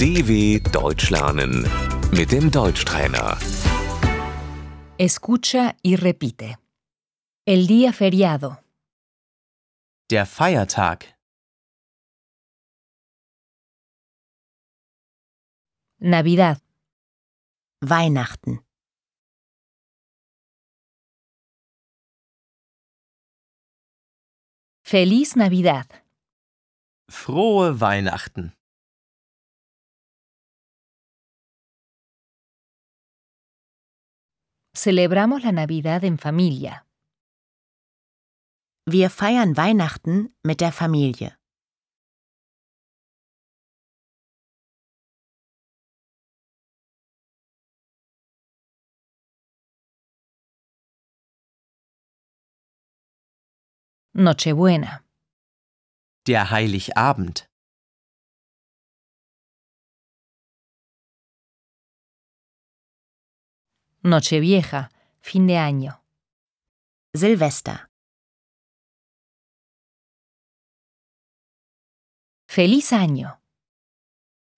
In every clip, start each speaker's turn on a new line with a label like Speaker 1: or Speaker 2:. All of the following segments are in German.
Speaker 1: DW Deutsch lernen mit dem Deutschtrainer.
Speaker 2: Escucha y repite. El día feriado.
Speaker 3: Der Feiertag.
Speaker 2: Navidad. Weihnachten. Feliz Navidad.
Speaker 3: Frohe Weihnachten.
Speaker 2: Celebramos la Navidad en familia.
Speaker 4: Wir feiern Weihnachten mit der Familie.
Speaker 2: Nochebuena.
Speaker 3: Der Heiligabend.
Speaker 2: Nochevieja. Fin de año.
Speaker 4: Silvester.
Speaker 2: Feliz año.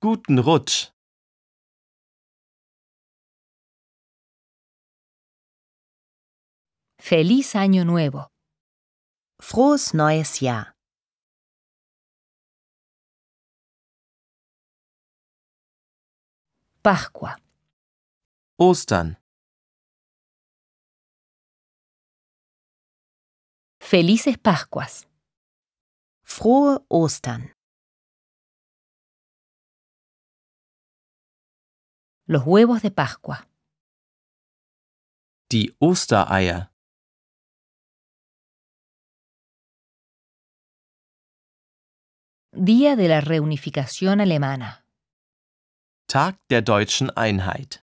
Speaker 3: Guten Rutsch.
Speaker 2: Feliz año nuevo.
Speaker 4: Frohes neues Jahr.
Speaker 2: Pascua.
Speaker 3: Ostern.
Speaker 2: Felices Pascuas.
Speaker 4: Frohe Ostern.
Speaker 2: Los huevos de Pascua.
Speaker 3: Die Ostereier.
Speaker 2: Día de la reunificación alemana.
Speaker 3: Tag der deutschen Einheit.